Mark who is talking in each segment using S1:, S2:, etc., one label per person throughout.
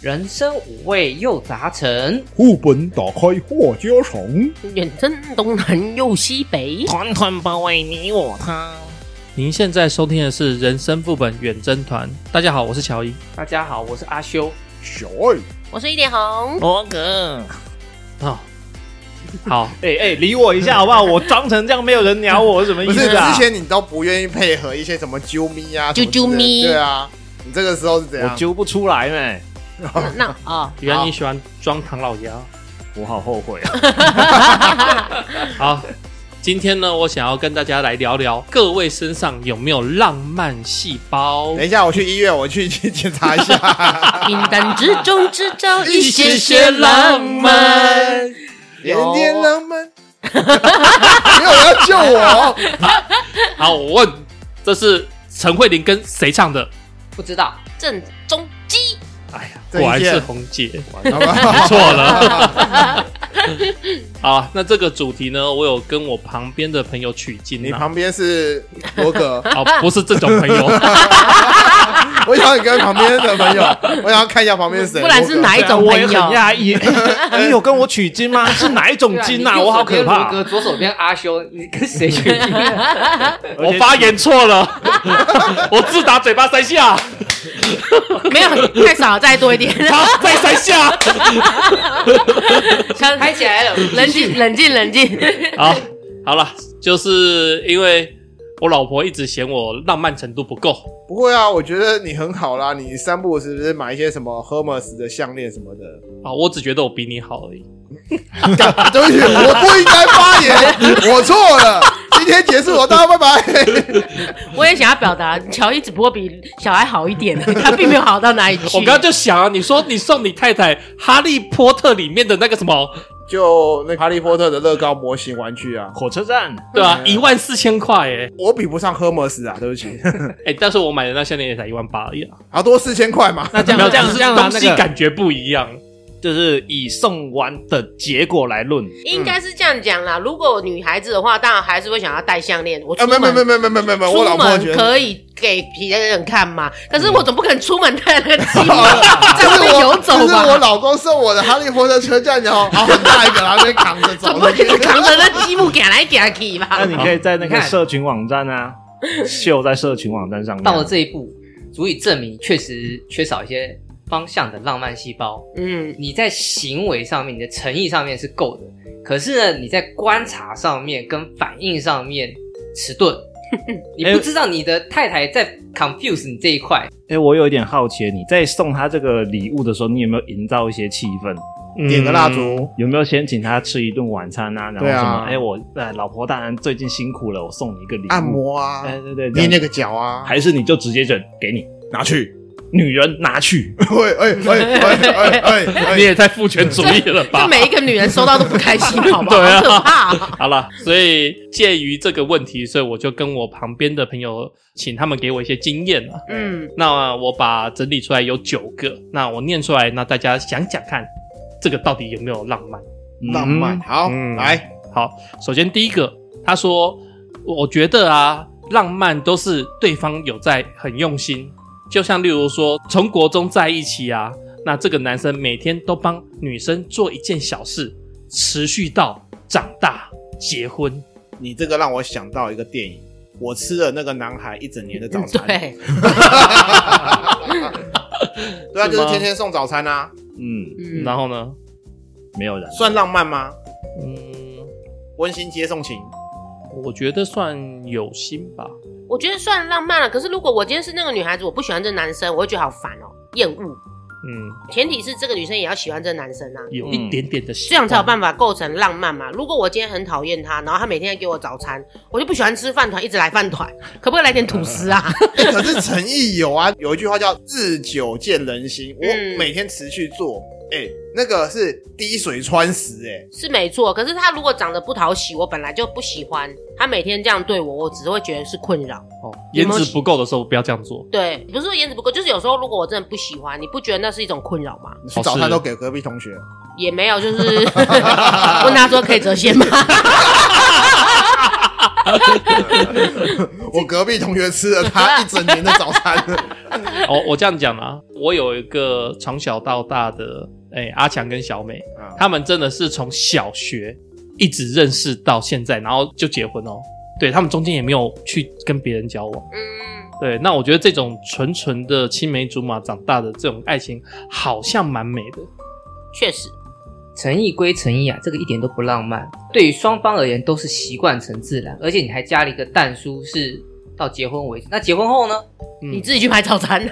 S1: 人生五味又杂陈，
S2: 副本打开话家常，
S3: 远征东南又西北，
S4: 团团包围你我他。
S5: 您现在收听的是《人生副本远征团》，大家好，我是乔伊。
S1: 大家好，我是阿修。
S2: 小爱
S3: 我是一点红。
S4: 罗格，
S5: 哦，好，
S4: 哎、哎、理我一下好不好？我装成这样没有人鸟我，什么意
S6: 不是
S4: 思啊
S6: 之？前你都不愿意配合一些什么啾咪啊，
S3: 啾
S6: 什么之类的
S3: 啾咪
S6: 对啊，你这个时候是怎
S4: 我
S6: 样？
S4: 揪不出来呢，
S3: 那啊，
S5: 原来你喜欢装唐老鸭。
S4: 我好后悔啊！
S5: 好，今天呢，我想要跟大家来聊聊各位身上有没有浪漫细胞。
S6: 等一下，我去医院，我去去检查一 下，
S3: 冰单之中制造一些些
S5: 些
S3: 浪漫。，
S6: 点点浪 漫。没有人要救 我，
S5: 好，我问，这是陈慧琳跟谁唱的？
S1: 不知道
S3: 正中基，
S5: 哎呀，
S6: 郑
S5: 果
S6: 伊健
S5: 然是红姐。
S6: 好吧？
S5: 错了。好，那这个主题呢，我有跟我旁边的朋友取经
S6: 你
S5: 啊。
S6: 旁边是罗格，
S5: 好，不是这种朋友，
S6: 我想你跟旁边的 朋友，我想要看一下旁边是谁，
S3: 不然是哪一种
S4: 我
S3: 朋
S4: 也很
S3: 友？
S4: 压 抑、哎你有跟我取经吗？是哪一种经啊？我好可怕！
S1: 哥左手边阿修，你跟谁去？
S5: 我发言错 了，我自打嘴巴三下，
S3: 没有太少，再多一点。
S5: 好，再 三下。
S1: 开起来了，
S3: 冷静，冷静，冷静。
S5: 好，好了，就是因为我老婆一直嫌我浪漫程度不够，
S6: 不会啊，我觉得你很好啦，你三不五时不是买一些什么 Hermes 的项链什么的？
S5: 啊，我只觉得我比你好而已。
S6: 干 对不起，我不应该发言，我错了。今天结束了，大家拜拜。
S3: 我也想要表达，乔伊只不过比小孩好一点，他并没有好到哪里去。
S5: 我刚刚就想啊，你说你送你太太《哈利波特》里面的那个什么，
S6: 就那哈利波特的乐高模型玩具啊，
S4: 火车站，
S5: 对吧、啊？一万四千块，哎，
S6: 我比不上 Hermes 啊，对不起，
S5: 哎、但是我买的那项链也才一万八而已啊。
S6: 好多四千块嘛。
S4: 那这样
S5: 没有
S4: 这样是这样拿
S5: 东
S4: 那
S5: 西
S4: 个，
S5: 感觉不一样。
S4: 就是以送完的结果来论。
S3: 应该是这样讲啦。如果女孩子的话，当然还是会想要戴项链。我
S6: 啊，
S3: 出
S6: 没
S3: 门
S6: 没没没没没没没，我老
S3: 出
S6: 婆觉
S3: 门
S6: 得。嗯
S3: 可以给别人看嘛，可是我总不可能出门带那个 鸡
S6: 好
S3: 毛
S6: 了
S3: 在
S6: 这
S3: 外
S6: 是
S3: 面
S6: 我
S3: 游走
S6: 哦这是我
S3: 吧？
S6: 老公送我的哈利波特车站，然后好很大一个，然后就扛着
S3: 总
S6: 走
S3: 不。可能扛着那积木赶来赶去吧？
S4: 那你可以在那
S1: 你
S4: 个
S1: 看
S4: 社群网站 啊，秀在社群网站上面。啊
S1: 到了这一步，足以证明确实缺少一些方向的浪漫细胞。
S3: 嗯，
S1: 你在行为上面，你的诚意上面是够的，可是呢，你在观察上面跟反应上面迟 钝。你不知道你的太太在 confuse 你这一块，
S4: 哎、我有一点好奇，你在送他这个礼物的时候，你有没有营造一些气氛？
S6: 点个蜡烛，
S4: 有没有先请他吃一顿晚餐啊？然后
S6: 对啊
S4: 什么？哎、我呃，老婆大人最近辛苦了，我送你一个礼物。
S6: 按。摩啊
S4: 哎、，对对
S6: 捏
S4: 对，
S6: 那个脚啊，
S4: 还是你就直接就给你
S6: 拿去。
S4: 女人拿 去。
S6: 喂哎哎 哎哎哎
S5: 嗯你！也太父权主义了
S3: 这
S4: 嗯
S5: 吧？
S3: 每一个女人收到都不开心，好 吧？
S5: 对
S3: 好
S5: 啊
S3: 可怕哦、
S5: 好了，所以鉴于这个问题，所以我就跟我旁边的朋友，请他们给我一些经验啊。
S3: 嗯，
S5: 那我把整理出来有九个，那我念出来，那大家想想看，这个到底有没有浪漫？
S6: 浪漫，好
S4: 嗯
S6: 来，
S5: 好，首先第一个，他说，我觉得啊，浪漫都是对方有在很用心，就像例如说从国中在一起啊，那这个男生每天都帮女生做一件小事，持续到长大结婚。
S6: 你这个让我想到一个电影，我吃了那个男孩一整年的早餐。
S3: 嗯对，
S6: 对啊，
S5: 是吗
S6: 就是天天送早餐啊，
S4: 嗯，
S3: 嗯，
S5: 然后呢，
S4: 没有人。
S6: 算浪漫吗？
S5: 嗯，
S6: 温馨接送情，
S5: 我觉得算有心吧。
S3: 我觉得算浪漫了。可是如果我今天是那个女孩子，我不喜欢这男生，我会觉得好烦哦、厌恶。
S5: 嗯，
S3: 前提是这个女生也要喜欢这男生啊，
S5: 有一点点的喜
S3: 这样才有
S5: 欢
S3: 办法构成浪漫嘛。如果我今天很讨厌他，然后他每天给我早餐，我就不喜欢吃饭团，一直来饭团，可不可以来点吐司 啊？
S6: 欸可是诚意有啊，有一句话叫“日久见人心”，
S3: 嗯
S6: 我每天持续做，哎、那个是滴水穿石、欸，
S3: 是没错，可是他如果长得不讨喜，我本来就不喜欢他每天这样对我，我只会觉得是困扰。
S5: 哦，
S3: 有
S5: 颜
S3: 没有
S5: 值不够的时候不要这样做。
S3: 对，不是说颜值不够，就是有时候如果我真的不喜欢，你不觉得那是一种困扰吗？
S6: 你去早
S4: 哦
S6: 餐都给隔壁同学，
S3: 也没有，就是 问他说可以折现吗？
S6: 我隔壁同学吃了他一整年的早餐，
S5: 哦，我这样讲啦，我有一个从小到大的，哎、阿强跟小美，
S6: 啊
S5: 他们真的是从小学一直认识到现在，然后就结婚哦。对他们中间也没有去跟别人交往。
S3: 嗯，
S5: 对，那我觉得这种纯纯的青梅竹马长大的这种爱情，好像蛮美的。
S3: 确实，
S4: 嗯
S1: 诚意归诚意啊，这个一点都不浪漫。对于双方而言，都是习惯成自然，而且你还加了一个淡书，是到结婚为止。那结婚后呢？
S5: 嗯
S3: 你自己去买早 餐，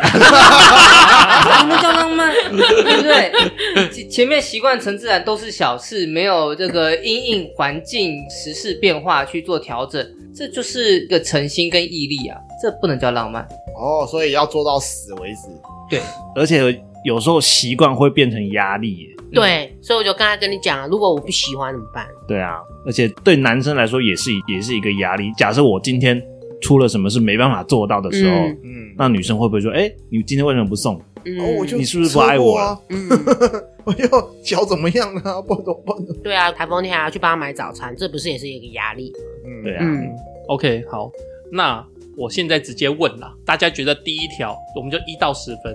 S1: 什啊么叫浪漫？ 对不对？前前面习惯成自然都是小事，没有这个因应环境时事变化去做调整，这就是一个诚心跟毅力啊，这不能叫浪漫。
S6: 哦，所以要做到死为止。
S4: 而且有时候习惯会变成压力耶。
S3: 对，所以我就刚才跟你讲啊，如果我不喜欢怎么办？
S4: 对啊，而且对男生来说也是也是一个压力。假设我今天出了什么事没办法做到的时候，
S3: 嗯
S6: 嗯，
S4: 那女生会不会说：“哎、你今天为什么不送
S3: 嗯，
S6: 哦，我就
S4: 你是不是不爱我
S6: 车祸啊？
S3: 嗯，
S6: 我就脚怎么样啊？不懂不懂。
S3: 对啊，台风天还要去帮他买早餐，这不是也是一个压力？
S6: 嗯，
S4: 对啊
S3: 嗯，
S5: OK，好，那我现在直接问啦，大家觉得第一条我们就一到十分，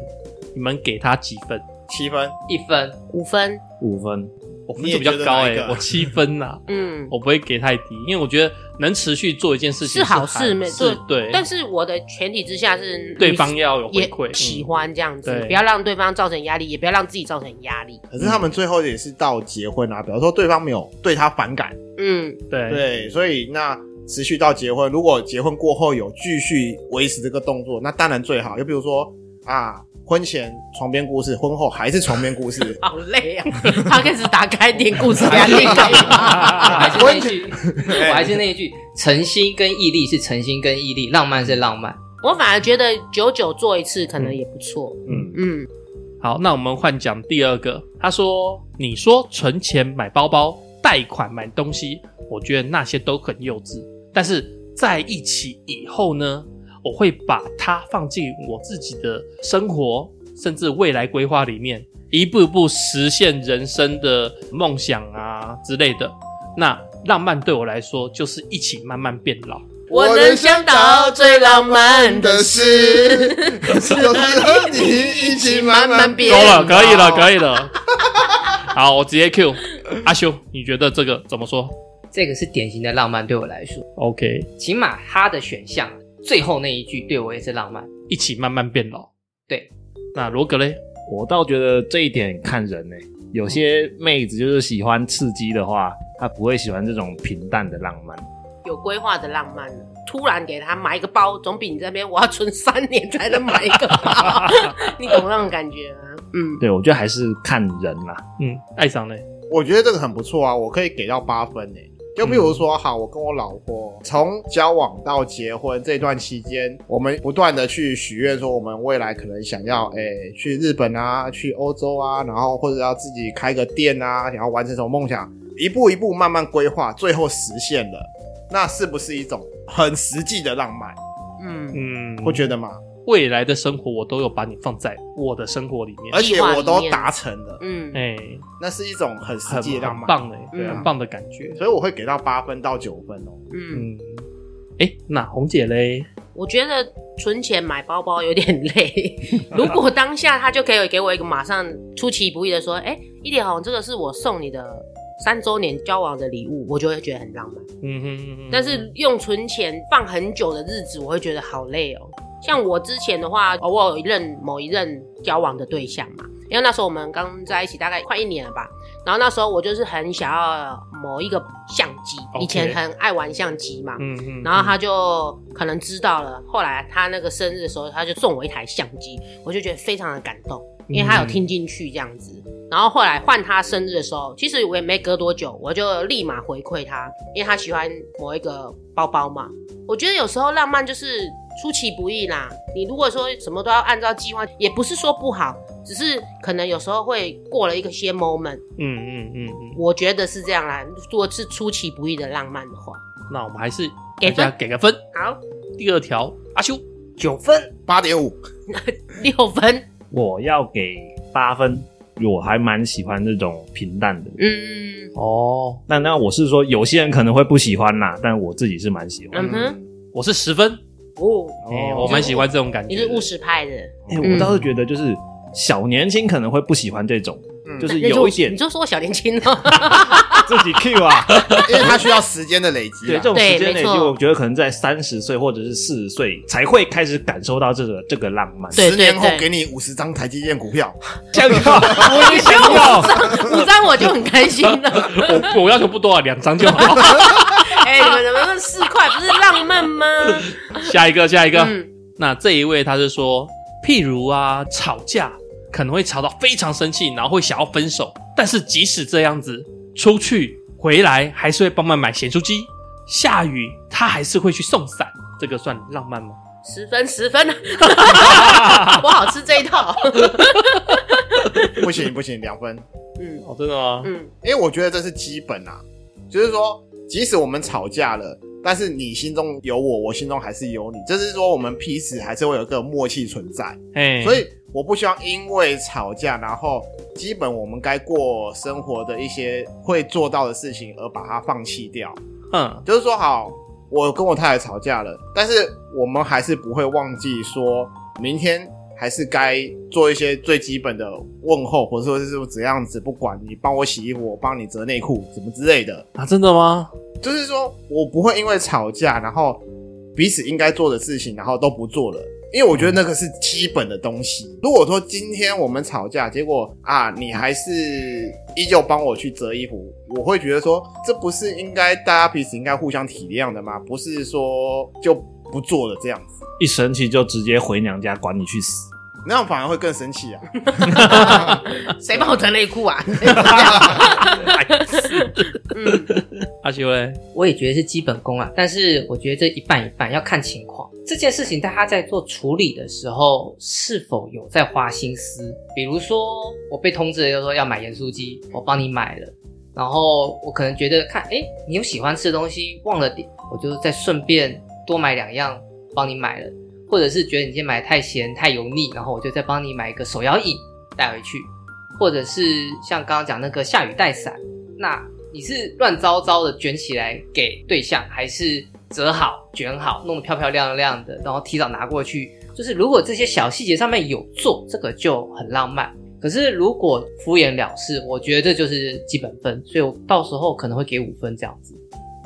S5: 你们给他几分？
S6: 七分，
S1: 一分，
S3: 五分，？”
S4: 五分，
S5: 我分数比较高
S6: 你也觉得哪
S5: 哎、
S6: 一个
S5: 我七分呐、
S3: 嗯，
S5: 我不会给太低，因为我觉得能持续做一件事情
S3: 是好
S5: 事，
S3: 事没
S5: 是
S3: 对
S5: 对，
S3: 但是我的前提之下是
S5: 对方要有回
S3: 也
S5: 馈，
S3: 喜
S5: 嗯
S3: 欢这样子，
S5: 对
S3: 不要让对方造成压力，也不要让自己造成压力。
S6: 可是他们最后也是到结婚啊，比方说对方没有对他反感，
S3: 嗯，，
S5: 对
S6: 对，所以那持续到结婚，如果结婚过后有继续维持这个动作，那当然最好。就比如说啊，婚前床边故事，婚后还是床边故事
S3: 好累啊， 他开始打开点故事压 力
S1: 我还是那一 句，
S6: 哎
S1: 我还是那一句，诚心跟毅力是诚心跟毅力，浪漫是浪漫。
S3: 我反而觉得久久做一次可能也不错。
S6: 嗯，
S3: 嗯，
S5: 好，那我们换讲第二个。他说：“你说存钱买包包，贷款买东西，我觉得那些都很幼稚。但是在一起以后呢，我会把它放进我自己的生活，甚至未来规划里面，一步一步实现人生的梦想啊之类的。那浪漫对我来说，就是一起慢慢变老。
S3: 我能想到最浪漫的事，
S6: 就是和你一起慢慢变。
S3: 够了
S5: 可以了，可以了。 好，我直接 Q 阿修，你觉得这个怎么说？”
S1: 这个是典型的浪漫，对我来说，
S5: OK，
S1: 起码他的选项最后那一句对我也是浪漫。
S5: 一起慢慢变老。
S1: 对，
S5: 那罗格嘞？
S4: 我倒觉得这一点看人呢、有
S3: 嗯
S4: 些妹子就是喜欢刺激的话，她不会喜欢这种平淡的浪漫。
S3: 有规划的浪漫了。突然给他买一个包，总比你这边我要存三年才能买一个包， 你懂那种感觉吗？嗯，
S4: 对我觉得还是看人啦、
S5: 嗯，爱上嘞？
S6: 我觉得这个很不错啊，我可以给到八分诶、就比如
S5: 嗯
S6: 说，好，我跟我老婆从交往到结婚这段期间，我们不断的去许愿，说我们未来可能想要，诶、去日本啊，去欧洲啊，然后或者要自己开个店啊，想要完成什么梦想，一步一步慢慢规划，最后实现了，那是不是一种很实际的浪漫？
S3: 嗯，
S5: 嗯，
S6: 不觉得吗？
S5: 未来的生活我都有把你放在我的生活里面，
S6: 而且我都达成了，
S3: 嗯，
S5: 哎、
S6: 那是一种很实
S5: 很
S6: 际的浪
S5: 很
S6: 漫，
S5: 棒哎、
S3: 对啊
S5: 很棒的感觉。
S6: 所以我会给到八分到九分哦。
S3: 嗯，
S5: 嗯，哎、那红姐嘞？
S3: 我觉得存钱买包包有点累。 如果当下他就可以给我一个马上出其不意的说，哎、一点红，这个是我送你的三周年交往的礼物，我就会觉得很浪漫。
S5: 嗯哼嗯哼
S3: 但是用存钱放很久的日子，我会觉得好累哦。像我之前的话，偶尔有一任某一任交往的对象嘛，因为那时候我们刚在一起大概快一年了吧，然后那时候我就是很想要某一个相机，
S5: OK
S3: 以前很爱玩相机嘛，
S5: 嗯哼
S3: 然后他就可能知道了，后来他那个生日的时候，他就送我一台相机，我就觉得非常的感动，因为他有听进去这样子。然后后来换他生日的时候，其实我也没隔多久，我就立马回馈他，因为他喜欢某一个包包嘛。我觉得有时候浪漫就是出其不意啦。你如果说什么都要按照计划，也不是说不好，只是可能有时候会过了一个些 moment，
S5: 嗯嗯嗯嗯，
S3: 我觉得是这样啦。如果是出其不意的浪漫的话，
S5: 那我们还是
S3: 给
S5: 大家
S3: 分
S5: 给个分。
S3: 好
S5: 第二条，阿修，
S1: 九分，
S6: 八点五，
S3: 六分。
S4: 我要给八分，我还蛮喜欢这种平淡的。
S3: 嗯
S5: 哦，
S4: 那那我是说，有些人可能会不喜欢啦，但我自己是蛮喜欢。
S3: 嗯哼，
S5: 我是十分，
S3: 哦，
S5: 哎，
S4: 哦
S5: 我蛮喜欢这种感觉
S3: 你
S5: 的。
S3: 是务实派的，
S4: 哎、我倒
S3: 嗯
S4: 是觉得就是小年轻可能会不喜欢这种，
S6: 嗯
S4: 就是
S3: 那
S4: 有一点
S3: 你就说我小年轻哦，
S4: 自己 Q 啊，
S6: 因为它需要时间的累积
S4: 对
S6: 啦
S4: 这。种
S3: 对
S4: 时间累积，
S3: 没错
S4: 我觉得可能在三十岁或者是四十岁才会开始感受到这个这个浪漫。
S3: 对
S6: 十年后
S3: 对对
S6: 给你五十张台积电股票，
S4: 这样要，我也想要，
S3: 五张我就很开心了。
S5: 我我要求不多啊，两张就 好。
S3: 哎，你们怎么那么市侩？不是浪漫吗？
S5: 下一个，下
S4: 啊
S5: 一个。
S3: 嗯，
S5: 那这一位他是说，譬如啊吵架可能会吵到非常生气，然后会想要分手，但是即使这样子出去回来，还是会帮忙买咸酥鸡。下雨他还是会去送伞，这个算浪漫吗？
S3: 十分十分，啊 我好吃这一套。
S6: 不行不行，两分。
S3: 嗯
S5: 哦，真的吗？
S3: 嗯，
S6: 因为我觉得这是基本啊，就是说，即使我们吵架了，但是你心中有我，我心中还是有你，就是说我们彼此还是会有一个默契存在。
S5: 哎、
S6: 所
S5: 以
S6: 以我不希望因为吵架，然后基本我们该过生活的一些会做到的事情而把它放弃掉。
S5: 嗯，
S6: 就是说，好，我跟我太太吵架了，但是我们还是不会忘记说，明天还是该做一些最基本的问候，或者说是怎样子，不管你帮我洗衣服，我帮你折内裤，什么之类的。
S5: 啊，真的吗？
S6: 就是说我不会因为吵架，然后彼此应该做的事情，然后都不做了。因为我觉得那个是基本的东西。如果说今天我们吵架，结果啊，你还是依旧帮我去折衣服，我会觉得说，这不是应该大家彼此应该互相体谅的吗？不是说就不做了这样子，
S4: 一生气就直接回娘家，管你去死。
S6: 那样反而会更生气啊！
S3: 谁帮我穿内裤啊？嗯，
S5: 阿修嘞，
S1: 我也觉得是基本功啊，但是我觉得这一半一半要看情况。这件事情在他在做处理的时候，是否有在花心思？比如说，我被通知了，就说要买盐酥鸡，我帮你买了，然后我可能觉得看，哎，你有喜欢吃的东西，忘了点，我就再顺便多买两样帮你买了，或者是觉得你今天买得太咸太油腻，然后我就再帮你买一个手摇椅带回去，或者是像刚刚讲那个下雨带伞。那你是乱糟糟的卷起来给对象，还是折好卷好，弄得漂漂亮亮的，然后提早拿过去？就是如果这些小细节上面有做，这个就很浪漫。可是如果敷衍了事，我觉得这就是基本分，所以我到时候可能会给五分这样子。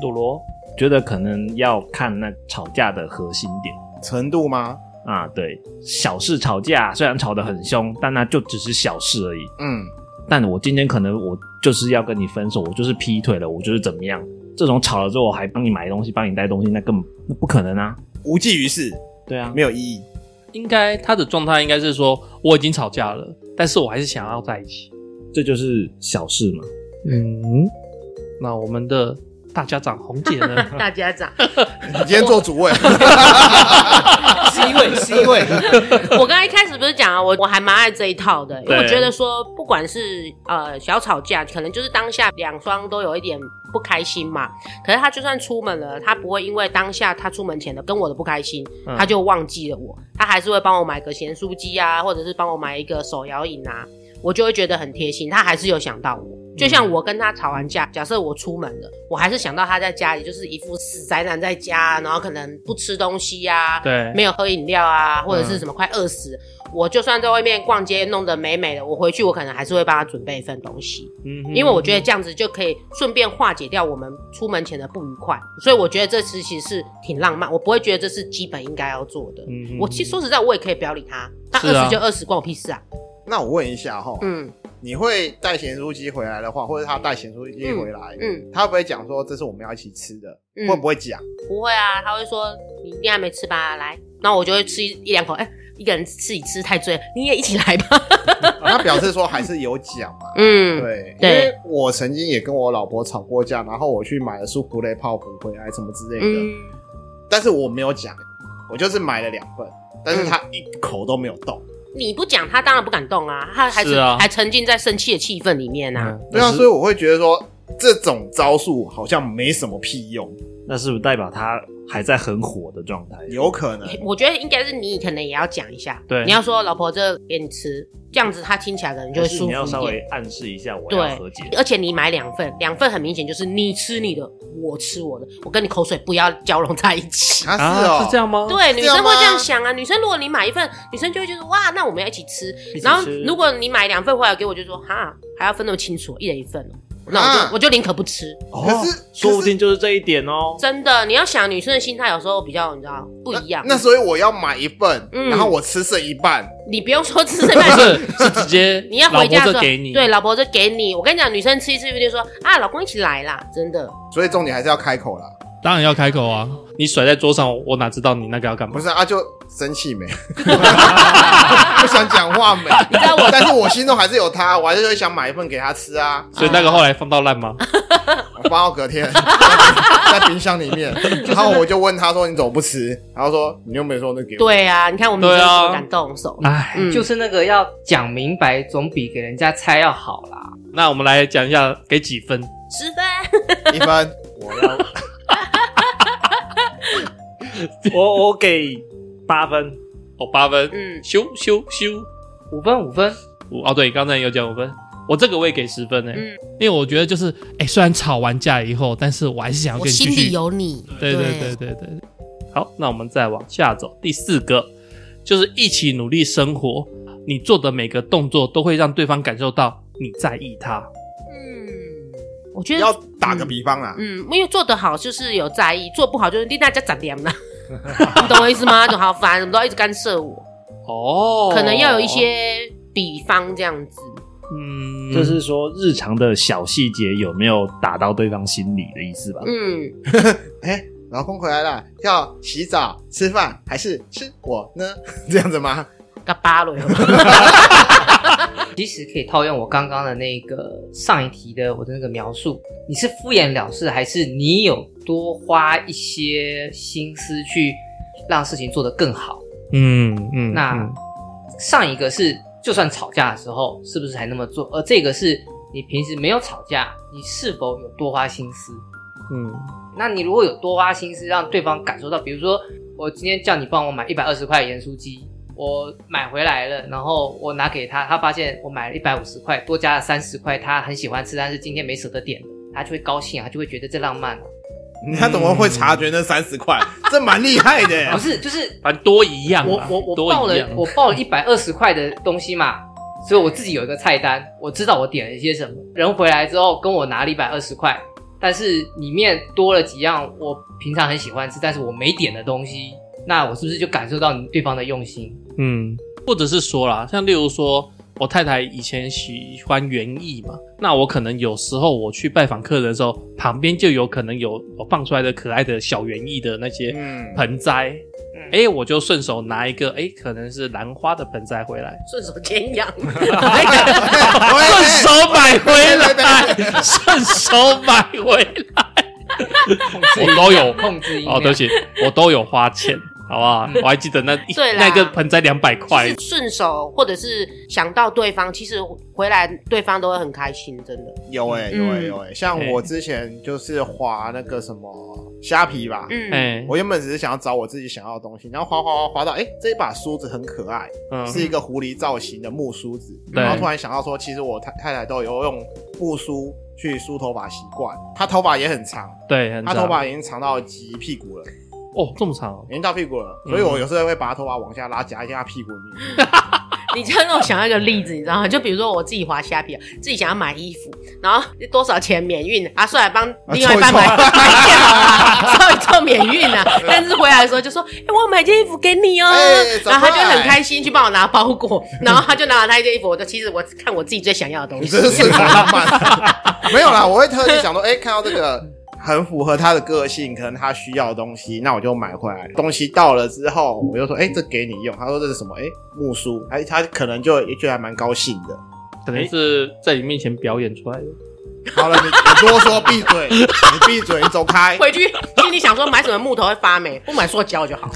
S5: 鲁罗，
S4: 觉得可能要看那吵架的核心点
S6: 程度吗？
S4: 啊，对，小事吵架虽然吵得很凶，但那就只是小事而已。
S6: 嗯，
S4: 但我今天可能我就是要跟你分手，我就是劈腿了，我就是怎么样？这种吵了之后，我还帮你买东西，帮你带东西，那根本那不可能啊！
S6: 无济于事，
S4: 对啊，
S6: 没有意义。
S5: 应该他的状态应该是说我已经吵架了，但是我还是想要在一起。
S4: 这就是小事嘛。
S5: 嗯，那我们的大家长红姐呢？
S3: 大家长，
S6: 你今天做主 位
S1: C 位，C 位，
S3: 我刚刚一开始不是讲啊，我我还蛮爱这一套的，因为我
S5: 对
S3: 觉得说，不管是呃小吵架，可能就是当下两双都有一点不开心嘛。可是他就算出门了，他不会因为当下他出门前的跟我的不开心，
S5: 嗯
S3: 他就忘记了我，他还是会帮我买个咸酥鸡啊，或者是帮我买一个手摇饮啊，我就会觉得很贴心，他还是有想到我。就像
S5: 嗯
S3: 我跟他吵完架，假设我出门了，我还是想到他在家里就是一副死宅男在家，然后可能不吃东西啊呀、
S5: 对，
S3: 没有喝饮料啊，
S5: 嗯
S3: 或者是什么快饿死，我就算在外面逛街弄得美美的，我回去我可能还是会帮他准备一份东西，
S5: 嗯哼
S3: 因为我觉得这样子就可以顺便化解掉我们出门前的不愉快，所以我觉得这其实是挺浪漫，我不会觉得这是基本应该要做的。
S5: 嗯哼
S3: 我其实说实在，我也可以不要理他，他
S5: 是啊
S3: 二十就二十，关我屁事啊。
S6: 那我问一下哈，
S3: 嗯
S6: 你会带咸酥鸡回来的话，或者他带咸酥鸡回来，
S3: 嗯，
S6: 他会不会讲说这是我们要一起吃的？
S3: 嗯
S6: 会不会 讲？
S3: 不会啊，他会说你一定还没吃吧，来，那我就会吃一一两口，哎、一个人自己吃太醉了，你也一起来吧。
S6: 那哦表示说还是有讲嘛？
S3: 嗯，
S6: 对，因
S3: 对
S6: 为我曾经也跟我老婆吵过架，然后我去买了苏芙蕾泡芙回来什么之类的，
S3: 嗯，
S6: 但是我没有讲，我就是买了两份，但是他一口都没有动。
S3: 你不讲，他当然不敢动啊，他还
S5: 是啊
S3: 还沉浸在生气的气氛里面啊。
S5: 嗯
S6: 对啊，所以我会觉得说，这种招数好像没什么屁用，
S4: 那是不是代表他还在很火的状态？
S6: 有可能
S3: 我觉得应该是你可能也要讲一下，
S5: 对
S3: 你要说老婆这给你吃，这样子他听起来可能就
S4: 就
S3: 会
S4: 是
S3: 舒
S4: 你要稍
S3: 服一
S4: 微
S3: 点。
S4: 暗示一下我要
S3: 对
S4: 和解，，
S3: 而且你买两份，两份很明显就是你吃你的，我吃我的，我跟你口水不要交融在一起。
S6: 啊是
S5: 啊，
S6: 哦，
S5: 是这样吗？
S3: 对，女
S6: 这
S3: 生
S6: 样
S3: 会
S6: 吗
S3: 这样想啊。女生如果你买一份，女生就会觉得哇，那我们要一起吃。
S4: 起
S3: 然后
S4: 吃
S3: 如果你买两份回来给我，就说哈，还要分那么清楚，一人一份哦。那我就、
S6: 啊
S3: 我就宁可不吃。
S6: 可是
S4: 哦说不
S6: 可是
S4: 定就是这一点哦。
S3: 真的，你要想女生的心态有时候比较你知道不一样。
S6: 那所以我要买一份，
S3: 嗯
S6: 然后我吃剩一半，
S3: 你不用说吃剩
S5: 不
S3: 饭，
S5: 是，是直接
S3: 你要
S5: 老
S3: 回
S5: 婆
S3: 家
S5: 这
S3: 说
S5: 给你，
S3: 对，，老婆这给你。我跟你讲，女生吃一次一定说啊，老公一起来啦，真的。
S6: 所以重点还是要开口啦。
S5: 当然要开口啊。你甩在桌上，我哪知道你那个要干嘛
S6: 不？是啊，就生气没， 不想讲话没。但是我心中还是有他，我还是会想买一份给他吃啊，
S5: 所以那个后来放到烂吗？
S6: 我放到隔天在冰箱里面。然后我就问他说：“你怎么不吃？”然后说：“你又没说那给我。
S3: 对啊，你看我们女
S5: 对
S3: 生
S5: 啊
S3: 多感动手。
S5: 哎，
S3: 嗯，
S1: 就是那个要讲明白，总比给人家猜要好啦。
S5: 那我们来讲一下给几分？
S3: 十分，”
S6: 一分， 我要
S4: 我我给八分，
S5: 哦，八分，
S3: 嗯，
S5: 咻咻咻，
S1: 五分五分，
S5: 五哦，对，刚才有讲五分，我这个我也给十分呢、欸
S3: 嗯
S5: 因为我觉得就是，哎、虽然吵完架以后，但是我还是想要
S3: 我
S5: 跟你继
S3: 心里
S5: 续。
S3: 有你。
S5: 对对对对对。好，那我们再往下走，第四个就是一起努力生活，你做的每个动作都会让对方感受到你在意他。
S3: 嗯，我觉
S6: 要
S3: 得。
S6: 打个比方啊啦。
S3: 嗯，因为做得好就是有在意，做不好就是令大家长点了， 你懂我意思吗？就好烦，你们都要一直干涉我，
S5: 哦
S3: 可能要有一，些比方这样子。
S5: 嗯，
S4: 就是说日常的小细节有没有打到对方心里的意思吧？
S3: 嗯，
S6: 哎，老公回来了，要洗澡、吃饭还是吃我呢？ 这样子吗？
S3: 嘎巴了，
S1: 其实可以套用我刚刚的那个上一题的我的那个描述，你是敷衍了事，还是你有多花一些心思去让事情做得更好？
S5: 嗯嗯，
S1: 那
S5: 嗯
S1: 上一个是就算吵架的时候是不是还那么做，而这个是你平时没有吵架，你是否有多花心思？
S5: 嗯
S1: 那你如果有多花心思，让对方感受到，比如说我今天叫你帮我买一百二十块盐酥鸡，我买回来了，然后我拿给他，他发现我买了一百五十块，多加了三十块，他很喜欢吃，但是今天没舍得点，他就会高兴啊，他就会觉得这浪漫、啊。
S6: 他怎么会察觉那三十块？这蛮厉害的耶。
S1: 不是，就是
S5: 反正多一样
S1: 我
S5: 啦，
S1: 我我
S5: 多
S1: 报
S5: 一
S1: 了
S5: 样
S1: 我报了一百二十块的东西嘛，所以我自己有一个菜单，我知道我点了一些什么。人回来之后跟我拿了一百二十块，但是里面多了几样我平常很喜欢吃，但是我没点的东西，那我是不是就感受到你对方的用 心？
S5: 嗯，或者是说啦，像例如说，我太太以前喜欢园艺嘛，那我可能有时候我去拜访客人的时候，旁边就有可能有我放出来的可爱的小园艺的那些
S6: 嗯，
S5: 盆栽，
S1: 嗯
S5: 哎、我就顺手拿一个，哎、可能是兰花的盆栽回来，
S3: 顺手牵羊。
S6: 哎
S5: 顺手买回来，顺手买回来，我都有
S1: 控制音量
S5: 哦，对不起，我都有花钱，好不好？我还记得那一
S3: 对啦
S5: 那个盆栽两百块
S3: 就是，顺手，或者是想到对方，其实回来对方都会很开心，真的。
S6: 有哎、
S3: 嗯
S6: 有哎、有哎、像我之前就是划那个什么虾皮吧，
S3: 嗯，
S5: 哎、
S6: 我原本只是想要找我自己想要的东西，然后划划划划到，哎、这一把梳子很可爱，
S5: 嗯，
S6: 是一个狐狸造型的木梳子，
S5: 对
S6: 然后突然想到说，其实我太太太都有用木梳去梳头发习惯，她头发也很长，
S5: 对，很
S6: 她
S5: 长
S6: 头发已经长到及屁股了，
S5: 哦，这么长、哦
S6: 已。经到屁股了，
S5: 嗯
S6: 所以我有时候会把她头发往下拉，夹一下她屁股里面。
S3: 你这样让我想到一个例子，你知道吗？ 就比如说我自己划虾皮，啊自己想要买衣服，然后多少钱免运啊？算了，帮另外一半买
S6: 凑一凑
S3: 买一件 好啦，稍微做免运啊。但是回来的时候就说：“哎、我有买件衣服给你哦、
S6: 哎走
S3: 然后他就
S6: 过来
S3: 很开心去帮我拿包 裹，然后他就拿了那一件衣服，我就其实我看我自己最想要的东
S6: 你
S3: 西。
S6: 真是顺手浪漫。 没有啦，我会特地想说，哎、看到这个很符合他的个性，可能他需要的东西，那我就买回来。东西到了之后，我就说，哎、这给你用。他说这是什么？哎、木梳。 哎，他可能就也觉得还蛮高兴的。
S5: 可能是在你面前表演出来的。
S6: 好了，你你多说，闭嘴，你闭嘴，你走开。
S3: 回去心里想说买什么木头会发霉，不买塑胶就好。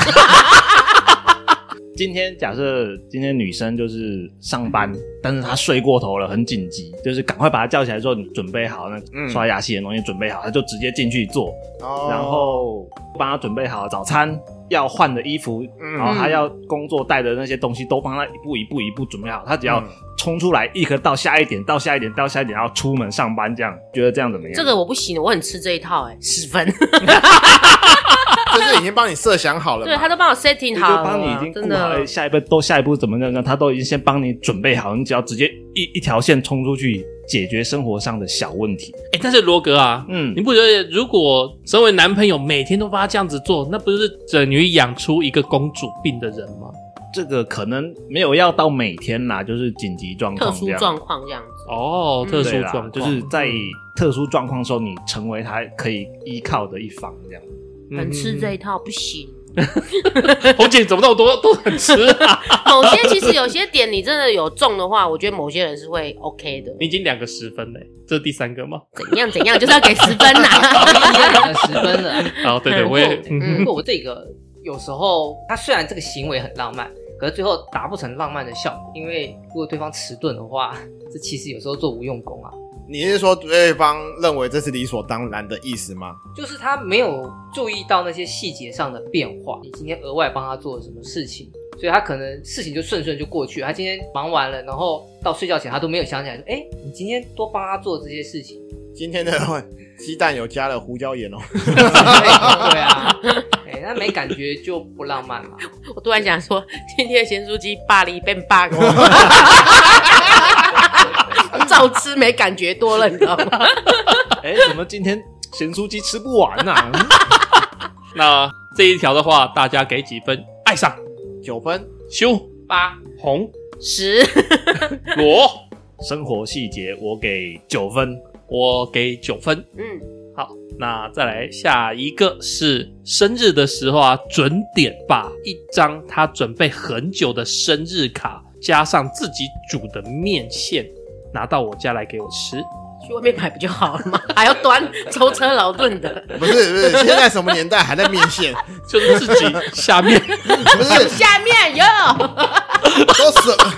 S4: 今天假设今天女生就是上班，但是她睡过头了，很紧急，就是赶快把她叫起来之后，你准备好那
S6: 嗯
S4: 个刷牙洗脸东西准备好，她就直接进去做，
S6: 哦
S4: 然后帮她准备好早餐。要换的衣服，
S6: 嗯
S4: 然后她要工作带的那些东西都帮她一步一步一步准备好，她只要
S6: 嗯
S4: 冲出来，立刻到下一点，到下一点，到下一点，然后出门上班，这样觉得这样怎么样？
S3: 这个我不行，我很吃这一套、哎，十 分。
S6: 就是已经帮你设想好了嘛，
S3: 对他都帮我 setting
S4: 就
S3: 好了，啊
S4: 帮你已经
S3: 真
S4: 顾好
S3: 的
S4: 了，下一步都下一步怎么样呢？他都已经先帮你准备好，你只要直接一一条线冲出去解决生活上的小问题。
S5: 哎，但是罗格啊，
S4: 嗯
S5: 你，不觉得如果身为男朋友每天都帮她这样子做，那不是等于养出一个公主病的人吗？
S4: 这个可能没有要到每天啦，就是紧急状
S3: 特
S4: 况这
S3: 殊
S4: 样。
S3: 状况这样子。
S5: 哦，特殊
S4: 对啦
S5: 状况
S4: 就是在特殊状况的时候，你成为他可以依靠的一方， 这样。嗯
S5: 嗯
S3: 很吃这一
S5: 一。
S3: 套，不行。
S5: 红姐怎么那么多都很吃啊？
S3: 某些其实有些点你真的有中的话，我觉得某些人是会 OK 的。
S5: 你已经两个十分嘞，这是第三个吗？
S3: 怎样怎样，就是要 给十分啊呐、
S1: 两个十分了。
S5: 哦，对对，
S3: 嗯
S5: 我也
S3: 哦
S5: 嗯
S1: 不过我这个有时候，他虽然这个行为很浪漫，可是最后达不成浪漫的效果，因为如果对方迟钝的话，这其实有时候做无用功啊，
S6: 你是说对方认为这是理所当然的意思吗？
S1: 就是他没有注意到那些细节上的变化。你今天额外帮他做了什么事情？所以他可能事情就顺顺就过去，他今天忙完了，然后到睡觉前他都没有想起来说，哎，你今天多帮他做这些事情，
S6: 今天的哦鸡蛋有加了胡椒盐哦，
S1: 对啊，哎，那没感觉就不浪漫了。
S3: 我突然想说，今天的咸酥鸡霸力变霸 锅，照吃没感觉多了，你知道 吗？
S4: 哎，怎么今天咸酥鸡吃不完呢、
S5: 那这一条的话，大家给几分？爱上
S6: 九分。
S5: 修
S1: 八，
S5: 红
S3: 十，
S5: 罗，
S4: 生活细节我给九分，
S5: 我给九分。
S3: 嗯，
S5: 好，那再来下一个是生日的时候啊，准点把一张他准备很久的生日卡，加上自己煮的面线，拿到我家来给我吃。
S3: 去外面买不就好了吗？还要端舟车劳顿的，
S6: 不是不是，现在什么年代还在面线？
S5: 就是自己下面
S6: 不是，
S3: 下面有
S6: 都什么？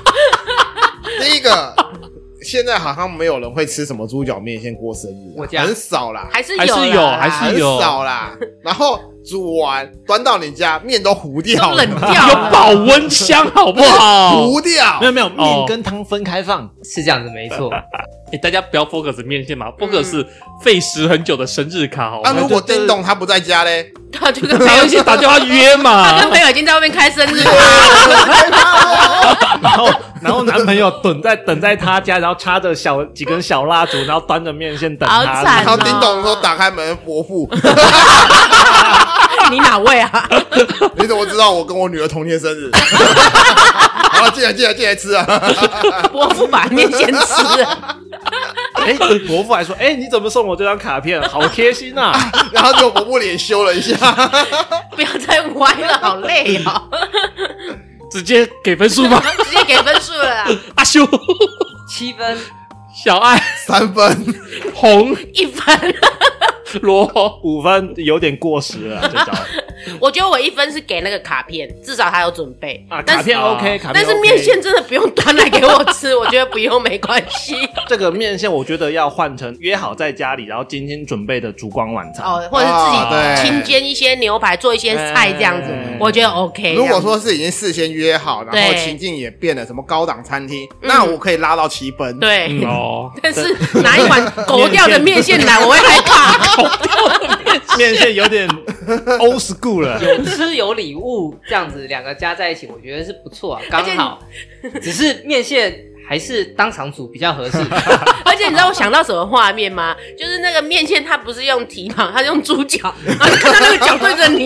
S6: 第一个，现在好像没有人会吃什么猪脚面线过生日啊、
S1: 我家
S6: 很少啦，
S3: 还是
S5: 还
S3: 有
S5: 是
S3: 啦
S5: 有还是
S3: 哎
S6: 很
S5: 有
S6: 少啦。然后煮完端到你家，面都糊掉
S3: 都
S6: 了，
S3: 冷掉
S5: 有
S3: 了，
S5: 保温箱，好不好？
S6: 糊掉
S4: 没。有没有，
S5: 哦
S4: 面跟汤分开放。
S1: 是这样子没错。
S5: 哎、大家不要 focus 面线嘛，focus 费时很久的生日卡，好
S6: 那、啊
S5: 吗？
S6: 如果叮咚他不在家嘞？
S3: 他就跟朋
S5: 还
S3: 友一
S5: 有一
S3: 起
S5: 些打电话约
S3: 他跟
S5: 嘛，
S3: 朋友已经在外面开生日了。
S4: 然后然后男朋友等在等在他家，然后插着小几根小蜡烛，然后端着面线等
S3: 好
S4: 他。
S6: 然
S3: 惨
S6: 后叮咚的时候打开门，伯父，
S3: 你哪位啊？
S6: 你怎么知道我跟我女儿同天生日？好了，进来进来进来吃啊！
S3: 伯父把面先吃了，
S4: 哎，伯父还说：“哎，你怎么送我这张卡片？好贴心啊
S6: 然后就伯父脸羞了一下。
S3: 不要再歪了，好累哦，
S5: 直接给分数 吧。
S3: 直接给分数了啦，
S5: 阿修、
S1: 七分，
S5: 小爱、
S6: 三分，
S5: 红、
S3: 一分。
S5: 罗！”，
S4: 五分有点过时 了，这招
S3: 我觉得我一分是给那个卡片，至少他有准备
S4: 啊，
S3: 但
S4: 卡
S3: 是
S4: 片 OK，卡片 OK。
S3: 但是面线真的不用端来给我吃，我觉得不用没关系。
S4: 这个面线，我觉得要换成约好在家里，然后今天准备的烛光晚餐。
S3: 哦，或者
S6: 啊
S3: 自己
S6: 对
S3: 清煎一些牛排，做一些菜这样子
S4: 哎，
S3: 我觉得 OK。
S6: 如果说是已经事先约好，然后
S3: 对
S6: 情境也变了，什么高档餐厅，
S3: 嗯
S6: 那我可以拉到七分。，
S3: 对，
S4: 嗯
S5: 哦，
S3: 但是拿一 碗狗掉的面线来，我会害怕。
S4: 面线有 点 old school 了，
S1: 有吃有礼物，这样子两个加在一起，我觉得是不错啊，刚好。只是面线还是当场煮比较合适。
S3: 而且你知道我想到什么画面吗？就是那个面线，它不是用蹄膀，它是用猪脚，然后你看它那个脚对着你，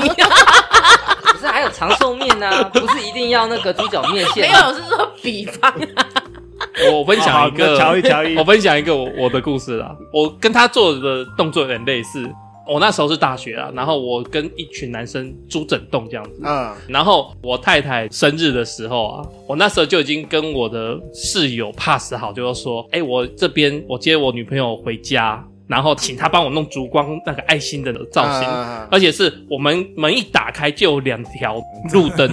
S1: 可是还有长寿面呢、啊，不是一定要那个猪脚面
S3: 没
S1: 线、
S3: 有，我是说比方啊，
S5: 我分享一个，
S4: 好好那乔伊乔伊
S5: 我分享一个我我的故事啦。我跟他做的动作有点类似。我那时候是大学啊，然后我跟一群男生租整栋这样子。
S6: 嗯，
S5: 然后我太太生日的时候啊，我那时候就已经跟我的室友 pass 好，就是说，哎，我这边我接我女朋友回家，然后请他帮我弄烛光那个爱心的造型，
S6: 啊
S5: 而且是我们门一打开就有两条路灯，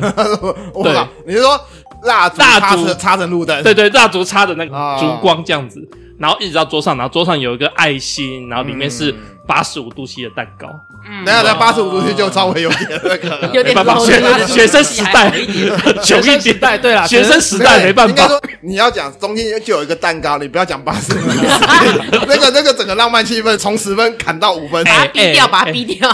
S6: 我靠，你是说蜡烛
S5: 蜡
S6: 插
S5: 烛
S6: 成插成路灯？
S5: 对对，蜡烛插的那个
S6: 啊
S5: 烛光这样子，然后一直到桌上，然后桌上有一个爱心，然后里面
S6: 嗯
S5: 是八十五度 C 的蛋糕，
S3: 嗯
S6: 等一下，在八十五度 C 就稍微有点那个了，
S3: 有
S5: 没
S3: 点
S5: 办法，
S3: low
S5: 学
S3: 对吧
S5: 哎学生时代
S3: 还好一点，
S5: 穷一
S7: 时
S5: 点，
S7: 代对啦，
S5: 学生时代没办
S6: 应该
S5: 法，
S6: 说你要讲中间就有一个蛋糕，你不要讲八十五度 C，那个那个整个浪漫气氛从十分砍到五分。
S3: 把它
S5: 哎
S3: 逼掉，把它逼掉。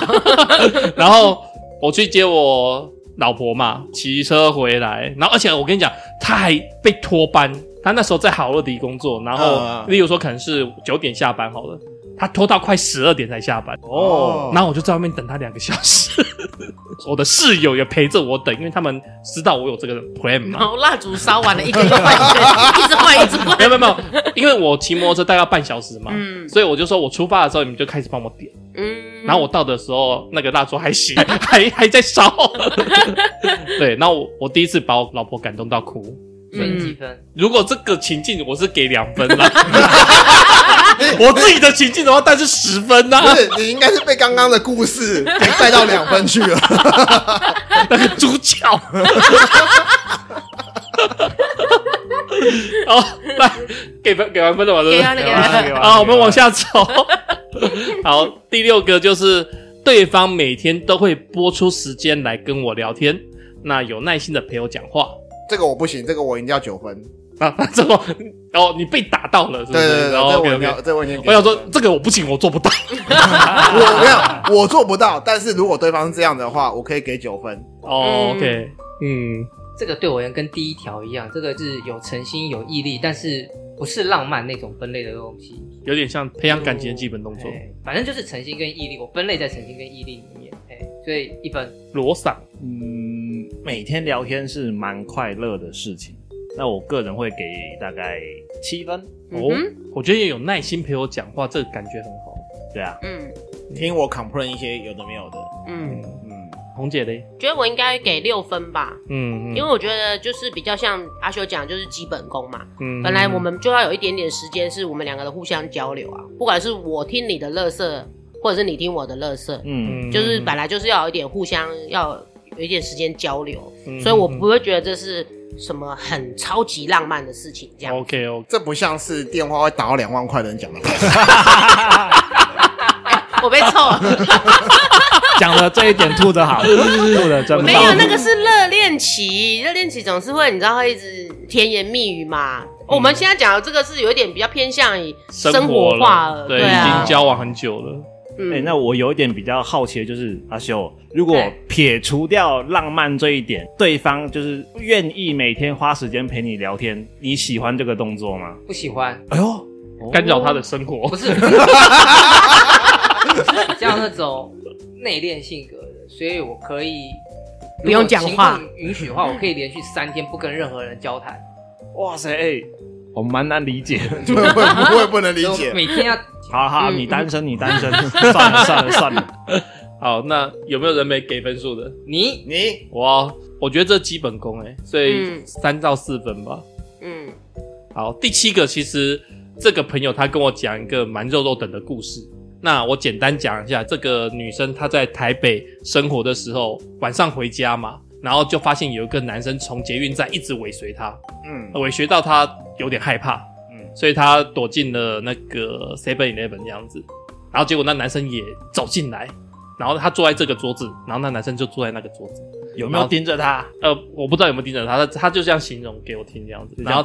S5: 然后我去接我老婆嘛，骑车回来，然后而且我跟你讲，她还被托班，她那时候在好乐迪工作，然后
S6: 嗯
S5: 例如说可能是九点下班好了，她拖到快十二点才下班，
S6: 哦
S5: 然后我就在外面等她两个小时， 我的室友也陪着我等，因为他们知道我有这个 plan
S3: 然
S5: 嘛。
S3: 后 蜡烛烧完了，一个一个换，一个一直换，一直换。
S5: 没有没有没有，因为我骑摩托车大概要半小时嘛，
S3: 嗯
S5: 所以我就说我出发的时候你们就开始帮我点，
S3: 嗯，
S5: 然后我到的时候，那个蜡烛还行，还还在烧。 对，然后我我第一次把我老婆感动到哭。
S3: 嗯
S1: 所以几分？
S5: 如果这个情境我是给两分啦， 我自己的情境的话，但是十分啊呐、
S6: 不是，你应该是被刚刚的故事给带到两分去了。
S5: 那个主角。 好，来给分给完分了嘛，对
S3: 给
S5: 不
S3: 完了，
S5: 对？
S3: 给完了。
S5: 好，我们往下走。 好，第六个就是对方每天都会播出时间来跟我聊天，那有耐心的陪我讲话。
S6: 这个我不行，这个我一定要九分。
S5: 啊， 这个哦，你被打到了，是
S6: 对
S5: 不是？
S6: 对对，
S5: 然后
S6: 这我
S5: OK
S6: 一定
S5: OK
S6: 要，。这我已经。
S5: 我想说，，这个我不行，我做不到。
S6: 我没有，我做不到。但是如果对方是这样的话，我可以给九分。
S5: 哦
S3: 嗯
S5: ，OK，嗯，
S1: 这个对我而言跟第一条一样，这个是有诚心、有毅力，但是不是浪漫那种分类的东西。
S5: 有点像培养感情的基本动作，
S3: 嗯
S1: 哎，反正就是诚心跟毅力，我分类在诚心跟毅力里面。哎，所以一分。
S5: 罗嗓。
S4: 嗯，每天聊天是蛮快乐的事情。那我个人会给大概七分。
S5: 哦
S3: 嗯，
S5: 我觉得也有耐心陪我讲话，这个感觉很好。
S4: 对啊，
S3: 嗯
S6: 听我 complain 一些有的没有的。
S3: 嗯，
S6: 嗯，
S5: 红姐嘞，
S3: 觉得我应该给六分吧，
S5: 嗯，
S3: 因为我觉得就是比较像阿修讲，就是基本功嘛。
S5: 为
S3: 本来我们就要有一点点时间，是我们两个的互相交流啊，不管是我听你的乐色，或者是你听我的乐色，
S4: 嗯，
S3: 就是本来就是要有一点互相要有一点时间交流，
S5: 嗯
S3: 所以我不会觉得这是什么很超级浪漫的事情这样。
S5: OK OK，
S6: 这不像是电话会打到两万块的人讲的话。
S3: 我被臭 了，
S4: 讲的呃这一点吐的 好，吐的真棒
S3: 没有那个是热恋期，热恋期总是会你知道会一直甜言蜜语嘛。我们现在讲的这个是有一点比较偏向于生活
S5: 嗯活
S3: 化
S5: 了，
S3: 对
S5: 对，已
S3: 啊
S5: 经，交往很久了。
S3: 嗯
S4: 哎、那我有一点比较好奇的就是，阿修，如果
S3: 对
S4: 撇除掉浪漫这一点，对方就是愿意每天花时间陪你聊天，你喜欢这个动作吗？
S1: 不喜欢，
S4: 哎呦，
S5: 哦干扰他的生活
S1: 不，是， 这样那种内敛性格的，所以我可以
S3: 不用讲话，
S1: 如果情况允许的话，我可以连续三天不跟任何人交谈，
S4: 哇塞，哎、我蛮难理解。
S6: 对，我我也不能理
S1: 所以
S6: 解
S1: 我。每天要
S4: 好好，
S3: 嗯
S4: 你单身，你 单身，算了算了算了。
S5: 好，那有没有人没给分数的？
S1: 你
S6: 你
S5: 哇，我觉得这基本功哎、所以
S3: 嗯
S5: 三到四分吧。
S3: 嗯
S5: 好，第七个其实这个朋友他跟我讲一个蛮肉肉等的故事。那我简单讲一下，这个女生她在台北生活的时候，晚上回家嘛，然后就发现有一个男生从捷运站一直尾随她，
S6: 嗯
S5: 尾随到她有点害怕，
S6: 嗯
S5: 所以她躲进了那个 Seven Eleven 这样子。然后结果那男生也走进来，然后他坐在这个桌子，然后那男生就坐在那个桌子。
S4: 有没有盯着他？
S5: 呃，我不知道有没有盯着他，他他就这样形容给我听这样子，然后，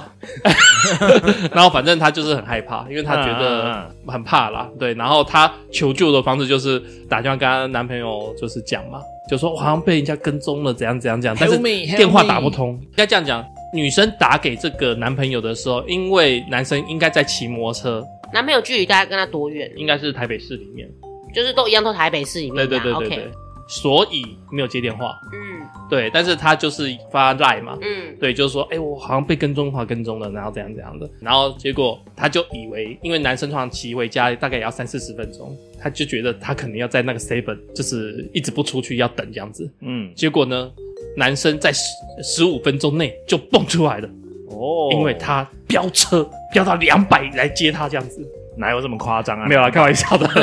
S5: 然后 反正他就是很害怕，因为他觉得
S4: 嗯
S5: 很怕啦，对，然后他求救的方式就是打电话跟她男朋友就是讲嘛，就说我好像被人家跟踪了，怎样怎样怎样，但是
S4: Help me, help
S5: 电话打
S4: me
S5: 不通，应该这样讲，女生打给这个男朋友的时候，因为男生应该在骑摩托车，
S3: 男朋友距离大概跟他多远？
S5: 应该是台北市里面，
S3: 就是都一样，都台北市里
S5: 对
S3: 面的
S5: 对
S3: 啊。
S5: 对对
S3: OK，
S5: 对，所以没有接电话，
S3: 嗯
S5: 对，但是他就是发赖嘛，
S3: 嗯
S5: 对，就是说，哎、我好像被跟踪，好像跟踪了，然后怎样怎样的，然后结果他就以为，因为男生通常骑回家大概也要三四十分钟，他就觉得他可能要在那个 seven，就是一直不出去要等这样子。
S4: 嗯，
S5: 结果呢，男生在十十五分钟内就蹦出来了，
S4: 哦
S5: 因为他飙车飙到两百来接他这样子，
S4: 哪有这么夸张啊？
S5: 没有啦，开玩笑的。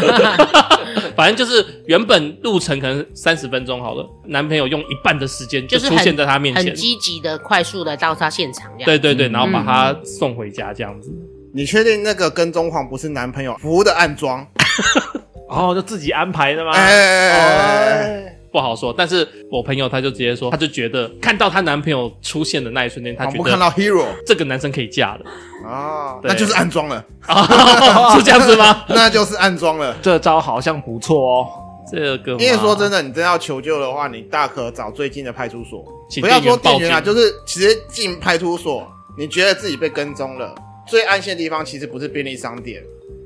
S5: 反正就是原本路程可能三十分钟好了，男朋友用一半的时间
S3: 就是
S5: 出
S3: 很
S5: 现在她面前
S3: 很，啊积极的、快速的到他现场这样。
S5: 对对对，
S4: 嗯
S5: 然后把她送回家这样子。
S6: 你确定那个跟踪狂不是男朋友服务的暗装？
S4: 哦，就自己安排
S5: 啊
S4: 的吗？哦
S6: 哎哎
S5: 哦
S6: 哎哎
S5: 不好说，但是我朋友他就直接说，他就觉得看到她男朋友出现的那一瞬间，他
S6: 仿
S5: 觉
S6: 佛看
S5: 得
S6: 到 Hero
S5: 这个男生可以嫁 了
S6: 啊，
S5: 对
S6: 那就是暗装了，
S5: 啊，是这样子吗？
S6: 那就是暗装了。
S4: 这招好像不错哦。
S5: 这个嘛
S6: 因为说真的，你真要求救的话，你大可找最近的派出所，
S5: 请
S6: 不要说
S5: 报
S6: 店员啊，
S5: 警
S6: 就是直接进派出所。你觉得自己被跟踪了，最安心的地方其实不是便利商店，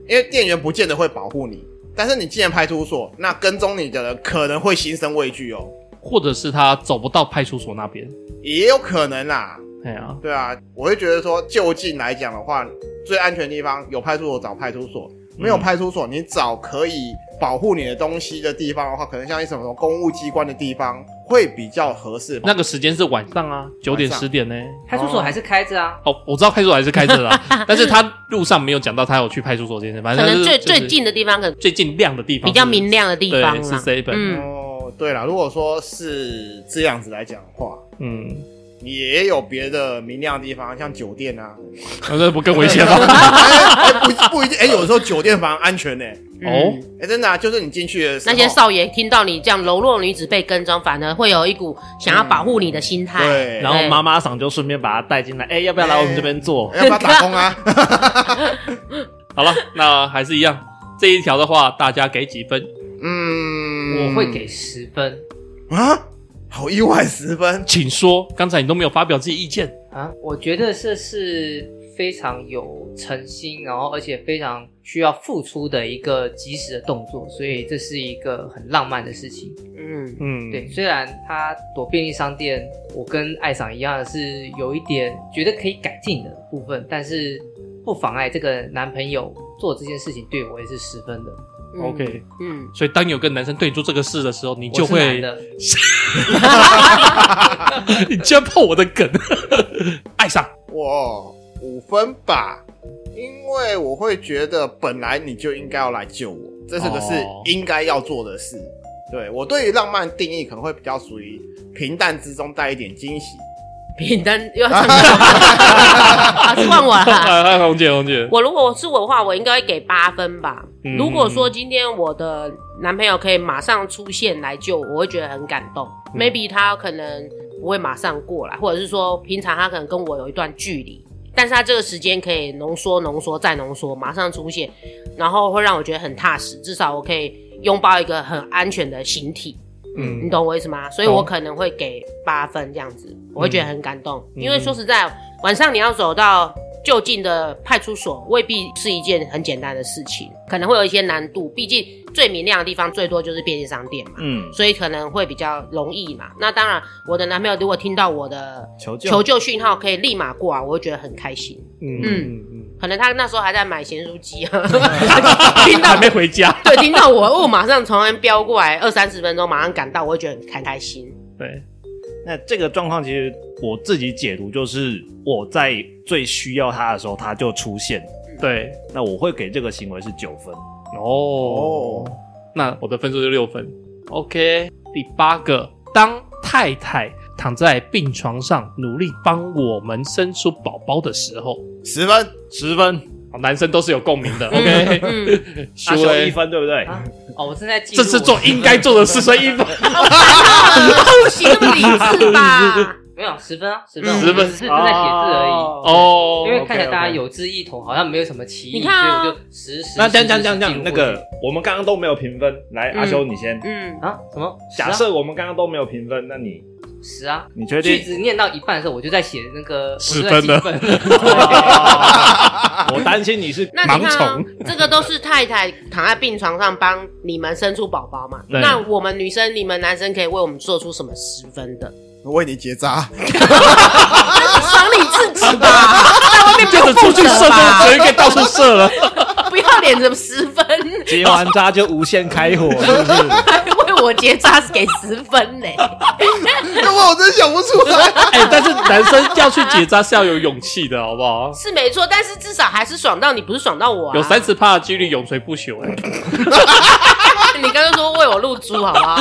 S6: 因为店员不见得会保护你，但是你进了派出所，那跟踪你的人可能会心生畏惧哦，
S5: 或者是他走不到派出所那边。
S6: 也有可能啦。
S5: 哎呀，
S6: 对啊，我会觉得说，就近来讲的话，最安全的地方有派出所找派出所，没有派出所你找可以保护你的东西的地方的话，可能像一什么公务机关的地方会比较合适吧。
S5: 那个时间是晚上啊，九点
S6: 晚上
S5: 十点呢、
S1: 派出所还是开着啊，
S5: 哦，我知道派出所还是开着的 啦、但是他路上没有讲到他有去派出所这件事，反
S3: 可
S5: 正他
S3: 能
S5: 就
S3: 最
S5: 是就是
S3: 最近的地方，可能
S5: 最近亮的地方
S3: 比
S5: 是
S3: 较明亮的地方
S6: 啊
S5: 对是
S3: 啦。
S5: seven
S3: 嗯，
S6: 哦，对了，如果说是这样子来讲的话，
S5: 嗯，
S6: 也有别的明亮的地方，像酒店啊，
S5: 那、这不更危 险吗？
S6: 哎、哎不不一定，哎、有时候酒店反而安全呢、
S5: 哦，
S6: 哎、真的、啊，就是你进去的时
S3: 那
S6: 候，
S3: 些少爷听到你这样柔弱女子被跟踪，反而会有一股想要保护你的心态。
S6: 对，
S4: 然后妈妈桑就顺便把他带进来，哎，要不要来我们这边坐？
S6: 要不要打工啊？
S5: 好了，那还是一样。这一条的话，大家给几分？
S6: 嗯，
S1: 我会给十分
S6: 啊，好意外十分。
S5: 请说。刚才你都没有发表自己意见，
S1: 啊。我觉得这是非常有诚心，然后而且非常需要付出的一个及时的动作，所以这是一个很浪漫的事情。
S3: 嗯，
S5: 嗯，
S1: 对，，虽然他躲便利商店，我跟艾赏一样是有一点觉得可以改进的部分，但是不妨碍这个男朋友做这件事情对我也是十分的。
S3: 嗯
S5: OK
S3: 嗯，
S5: 所以当有个男生对你做这个事的时候，你
S1: 我
S5: 就是
S1: 男
S5: 会，
S1: 的，
S5: 你居然破我的梗， 爱上。
S6: 我五分吧，因为我会觉得本来你就应该要来救我，这是个是
S5: 哦
S6: 应该要做的事。对我对于浪漫定义可能会比较属于平淡之中带一点惊喜。
S3: 平淡又要唱 歌，啊，是换我了。
S5: 哎，哎红姐，红姐，
S3: 我如果是我的话，我应该会给八分吧。
S5: 嗯
S3: 如果说今天我的男朋友可以马上出现来救我，我会觉得很感动。
S5: 嗯
S3: Maybe 他可能不会马上过来，或者是说平常他可能跟我有一段距离，但是他这个时间可以浓缩、浓缩再浓缩，马上出现，然后会让我觉得很踏实，至少我可以拥抱一个很安全的形体。你
S5: 嗯，
S3: 懂我意思吗？所以我
S5: 懂
S3: 可能会给八分这样子，我会觉得很感动，因为说实在，晚上你要走到就近的派出所，未必是一件很简单的事情，可能会有一些难度，毕竟最明亮的地方最多就是便利商店嘛。
S4: 嗯，
S3: 所以可能会比较容易嘛。那当然，我的男朋友如果听到我的
S4: 求救，
S3: 求救讯号，可以立马过来，我会觉得很开心。
S5: 嗯
S3: 嗯
S5: 嗯，
S3: 可能他那时候还在买咸酥鸡啊，
S5: 听到还没回家，
S3: 对，听到我，我马上从那边飙过来，二三十分钟马上赶到，我会觉得很开心。
S5: 对，
S4: 那这个状况其实我自己解读就是，我在最需要他的时候他就出现，
S5: 对，
S4: 那我会给这个行为是九分。
S5: 哦，那我的分数是六分。OK，第八个，当太太躺在病床上努力帮我们生出宝宝的时候，
S6: 十分，
S5: 十分。好男生都是有共鸣的
S3: 嗯
S5: ，OK，
S3: 嗯，
S4: 阿
S5: 修
S4: 修
S5: 嘞
S4: 一分，对不对？
S1: 啊哦，我正在记录
S5: 这
S1: 我
S5: 是做应该做的事，所以一分。
S3: 嗯啊不行，那么理智 吧？
S1: 没有十分啊，十分啊，我
S5: 嗯十分
S1: 只是正在写字而已。
S5: 哦
S1: 因为看起来
S4: OK，OK
S1: 大家有志一同，好像没有什么歧义，
S3: 你看啊
S1: 所以我就实时
S4: 那这
S1: 实
S4: 样这样
S1: 时
S4: 这样这
S1: 进入
S4: 样，那
S1: 过
S4: 个我们刚刚都没有评分，来
S3: 嗯
S4: 阿修你先。
S3: 嗯
S1: 去啊什么
S4: 假设我们刚刚都没有评分，那你
S1: 十啊。
S4: 你确
S1: 句
S4: 定？
S1: 子念到一半的时候，我就在写那个
S5: 十分的
S1: 我 就在记分哦
S4: 哦 我担心你是
S3: 那你看、啊
S5: 盲，
S3: 这个都是太太躺在病床上帮你们生出宝宝嘛。
S5: 对
S3: 那我们女生、你们男生可以为我们做出什么十分的？
S6: 我为你结 扎。
S3: 赏你自己吧，
S5: 就是出去 射都直接可以到处射了。
S3: 不要脸怎么十分？
S4: 结完扎就无限开火，是不是？
S3: 还为我我结扎是给十分 嘞，
S6: 要不然我真想不出来。
S5: 哎、但是男生要去结扎是要有勇气的，好不好？
S3: 是没错，但是至少还是爽到你，不是爽到我、啊。
S5: 有三十趴的几率永垂不朽、哎，
S3: 你刚刚说为我露珠，好不 好？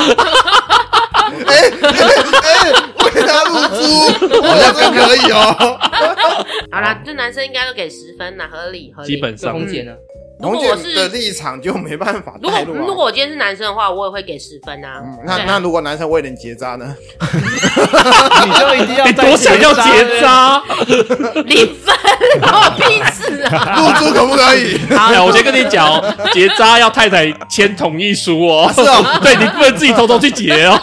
S6: 哎哎，为他露 珠，好像真可以哦。
S3: 好啦，这男生应该都给十分啦，合理合理。
S5: 基本上
S1: 空姐呢？
S3: 如
S6: 龙
S3: 果
S6: 姐
S3: 我是
S6: 的立场就没办法
S3: 如果
S6: 带入啊。
S3: 如果我今天是男生的话，我也会给十分啊。
S6: 嗯，
S3: 对
S6: 那
S3: 啊
S6: 那如果男生为你结扎呢？
S7: 你就一定要再
S5: 你哎多想要
S7: 结
S5: 结扎？
S3: 零分，关我屁事啊！
S6: 露珠可不可以？
S5: 哎我先跟你讲哦， 结扎要太太签同意书哦。
S7: 啊
S6: 是哦
S5: 对你不能自己偷偷去结哦。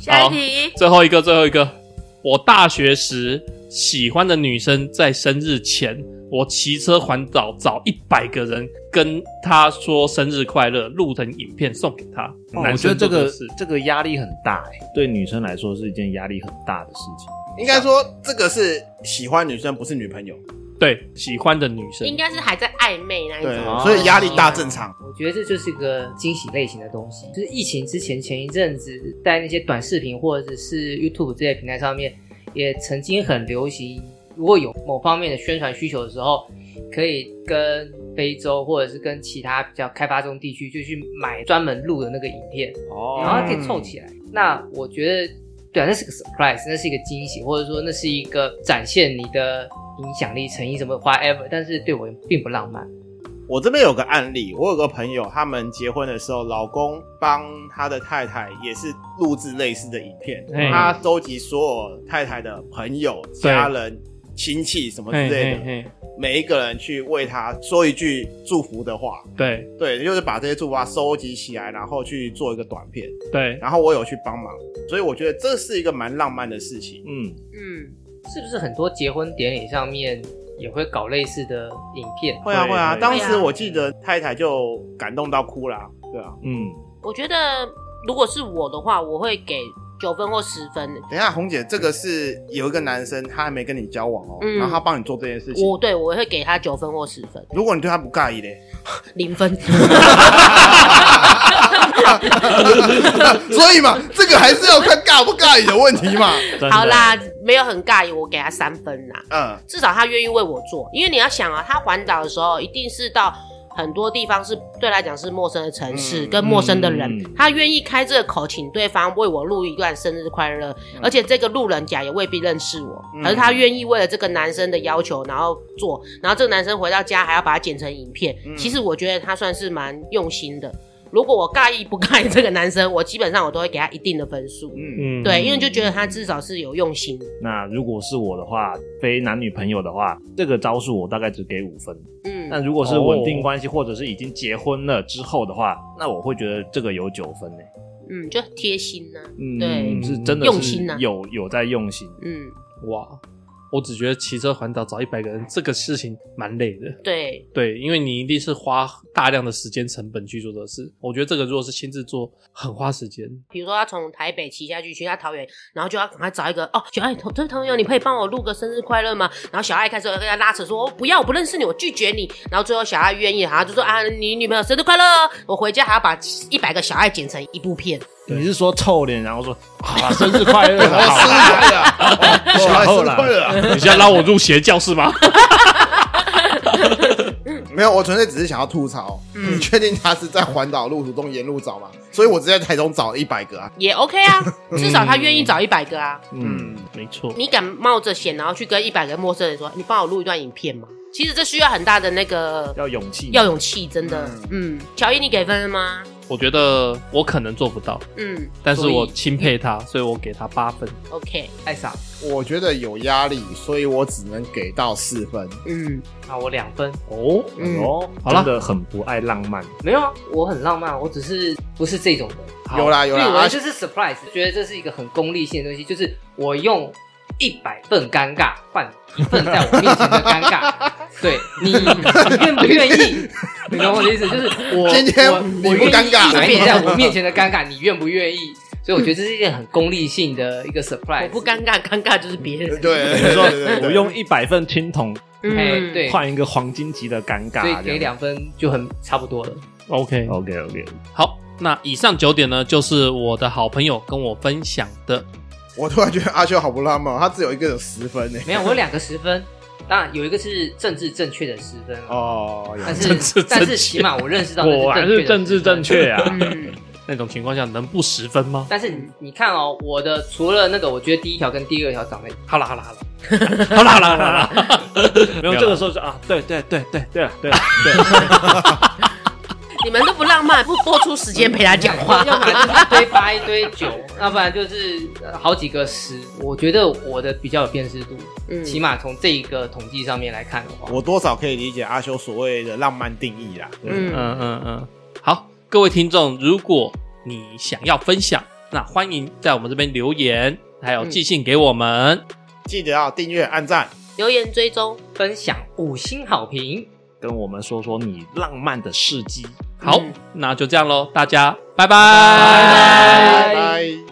S3: 下一题，
S5: 最后一个，最后一个，我大学时喜欢的女生在生日前，我骑车环岛找一百个人跟她说生日快乐，录成影片送给她。
S4: 哦
S5: 男
S7: 我觉得
S5: 生
S7: 这
S5: 做
S7: 个
S5: 的事
S7: 这个压力很大哎、
S4: 对女生来说是一件压力很大的事情。
S6: 应该说这个是喜欢女生，不是女朋友。
S5: 对喜欢的女生，
S3: 应该是还在暧昧那一
S6: 对
S3: 种，，
S6: 所以压力大正常。
S1: 我觉得这就是一个惊喜类型的东西，就是疫情之前前一阵子，在那些短视频或者是 YouTube 这些平台上面，也曾经很流行。如果有某方面的宣传需求的时候，可以跟非洲或者是跟其他比较开发中地区，就去买专门录的那个影片，
S7: 哦
S1: 然后
S4: 嗯
S1: 可以凑起来。那我觉得，对啊，那是个 surprise，那是一个惊喜，或者说那是一个展现你的影响力、诚意什么 whatever，但是对我并不浪漫。
S6: 我这边有个案例，我有个朋友，他们结婚的时候，老公帮他的太太也是录制类似的影片，
S5: 嘿
S6: 他收集所有太太的朋友、家人、亲戚什么之
S5: 嘿
S6: 类
S5: 嘿
S6: 的，
S5: 嘿，
S6: 每一个人去为他说一句祝福的话。
S5: 对
S6: 对，就是把这些祝福啊收集起来，然后去做一个短片。
S5: 对，
S6: 然后我有去帮忙，所以我觉得这是一个蛮浪漫的事情。
S4: 嗯，
S3: 嗯，
S1: 是不是很多结婚典礼上面也会搞类似的影片？
S6: 会啊
S4: 会
S6: 会啊，
S4: 会
S6: 当时我记得太太就感动到哭啦。对啊，
S4: 嗯，
S3: 我觉得如果是我的话，我会给九分或十分。
S6: 等一下，红姐，这个是有一个男生他还没跟你交往哦，
S3: 嗯
S6: 然后他帮你做这件事情。
S3: 我对我会给他九分或十分，
S6: 如果你对他不介意嘞，
S3: 零分。
S6: 所以嘛，这个还是要看尬不尬意的问题嘛。
S4: 真的
S3: 好，啦，没有很尬意，我给他三分啦。
S6: 嗯，
S3: 至少他愿意为我做，因为你要想啊，他环岛的时候一定是到很多地方是对他来讲是陌生的城市、
S6: 嗯
S3: 跟陌生的人，
S4: 嗯
S3: 他愿意开这个口请对方为我录一段生日快乐，而且这个路人甲也未必认识我，
S6: 嗯
S3: 可是他愿意为了这个男生的要求，然后做，然后这个男生回到家还要把它剪成影片，
S6: 嗯
S3: 其实我觉得他算是蛮用心的。如果我尬意不尬意这个男生，我基本上我都会给他一定的分数，
S6: 嗯
S4: 嗯
S3: 对，因为就觉得他至少是有用心的，
S4: 那如果是我的话，非男女朋友的话，这个招数我大概只给五分。
S3: 嗯，
S4: 但如果是稳定关系或者是已经结婚了之后的话，那我会觉得这个有九分呢、
S3: 嗯，就贴心呢、
S4: 嗯，
S3: 对
S4: 是真的
S3: 用心啊
S4: 是有有在用心。
S3: 嗯，
S5: 哇，我只觉得骑车环岛找一百个人这个事情蛮累的。
S3: 对，
S5: 对，因为你一定是花大量的时间成本去做这个事。我觉得这个如果是亲自做，很花时间。
S3: 比如说他从台北骑下去，骑到桃园，然后就要赶快找一个哦，小爱同这位朋友，你可以帮我录个生日快乐吗？然后小爱开始跟他拉扯说，我不要，我不认识你，我拒绝你。然后最后小爱愿意，然后就说啊，你女朋友生日快乐哦，我回家还要把一百个小爱剪成一部片。
S4: 你是说臭脸，然后说啊生日 快乐，
S6: 我
S4: 好
S6: 生日快 乐啊，我还生日快乐啊。
S5: 你现在拉我入邪教是吗？
S6: 没有，我纯粹只是想要吐槽。你确定他是在环岛路途中沿路找吗？所以我直接在台中找一百个啊。
S3: 也 OK 啊，至少他愿意找一百个啊。
S4: 嗯，
S5: 没错，
S3: 你敢冒着险，然后去跟一百个陌生人说，你帮我录一段影片吗？其实这需要很大的那个
S4: 要勇气，
S3: 要勇气，真的。嗯，乔伊，你给分了吗？
S5: 我觉得我可能做不到，
S3: 嗯
S5: 但是
S3: 所
S5: 我
S3: 以
S5: 钦佩他，所以我给他八分。
S3: ，OK，
S1: 艾莎，
S6: 我觉得有压力，所以我只能给到四分。
S3: 嗯，
S1: 啊，我两分，
S4: 哦
S3: 嗯
S4: 哦，
S5: 好了
S4: 真的很不爱浪漫。
S1: 没有啊，我很浪漫，我只是不是这种人。
S5: 好
S6: 有啦有
S1: 对
S6: 啦，
S1: 我
S6: 啊
S1: 就是 surprise，觉得这是一个很功利性的东西，就是我用一百份尴尬换一份在我面前的尴 尬。对你，你愿不愿意？你懂我的意思？就是我
S6: 今天
S1: 我
S6: 你
S1: 我
S6: 不
S1: 愿意
S6: 尴尬
S1: 一百在我面前的尴尬，你愿不愿意？所以我觉得这是一件很功利性的一个 surprise。
S3: 我不尴尬，尴尬就是别人嗯
S6: 对。 对
S4: 你
S6: 对
S4: 说
S6: 对对，对
S4: 我用一百份青铜
S1: 哎对
S4: 换一个黄金级的尴尬，
S1: 所以
S4: 这
S1: 给
S4: 样
S1: 两分就很差不多了。
S5: OK，
S4: OK OK，
S5: 好，那以上九点呢，就是我的好朋友跟我分享的。
S6: 我突然觉得阿修好不浪漫哦，他只有一个有十分欸呢。
S1: 没有，我有两个十分，当然有一个是政治正确的十分哦，
S6: 哦，有
S1: 但
S5: 政治
S1: 是
S5: 正确啊
S1: 但是起码我认识到那
S4: 果然是政治正
S1: 的十分。
S4: 确 啊！
S3: 嗯，
S5: 那种情况下能不十分 吗？
S1: 但是你你看哦，我的除了那个，我觉得第一条跟第二条长得，
S5: 好啦好啦好啦，好啦好啦好啦好啦，
S4: 没有这个时候就啊，对对对对对了对了
S3: 你们都不浪漫，不播出时间陪他讲话
S1: 要么就是一堆八一堆九，要不然就是呃好几个十。我觉得我的比较有辨识度，
S3: 嗯
S1: 起码从这一个统计上面来看的话，
S6: 我多少可以理解阿修所谓的浪漫定义啦。
S3: 嗯
S5: 嗯嗯嗯，好，各位听众，如果你想要分享，那欢迎在我们这边留言，还有寄信给我们。
S6: 记得要订阅、按赞，
S3: 留言追踪，
S1: 分享五星好评，
S4: 跟我们说说你浪漫的事迹。
S5: 好，
S3: 嗯
S5: 那就这样喽，大家拜拜
S6: 拜拜。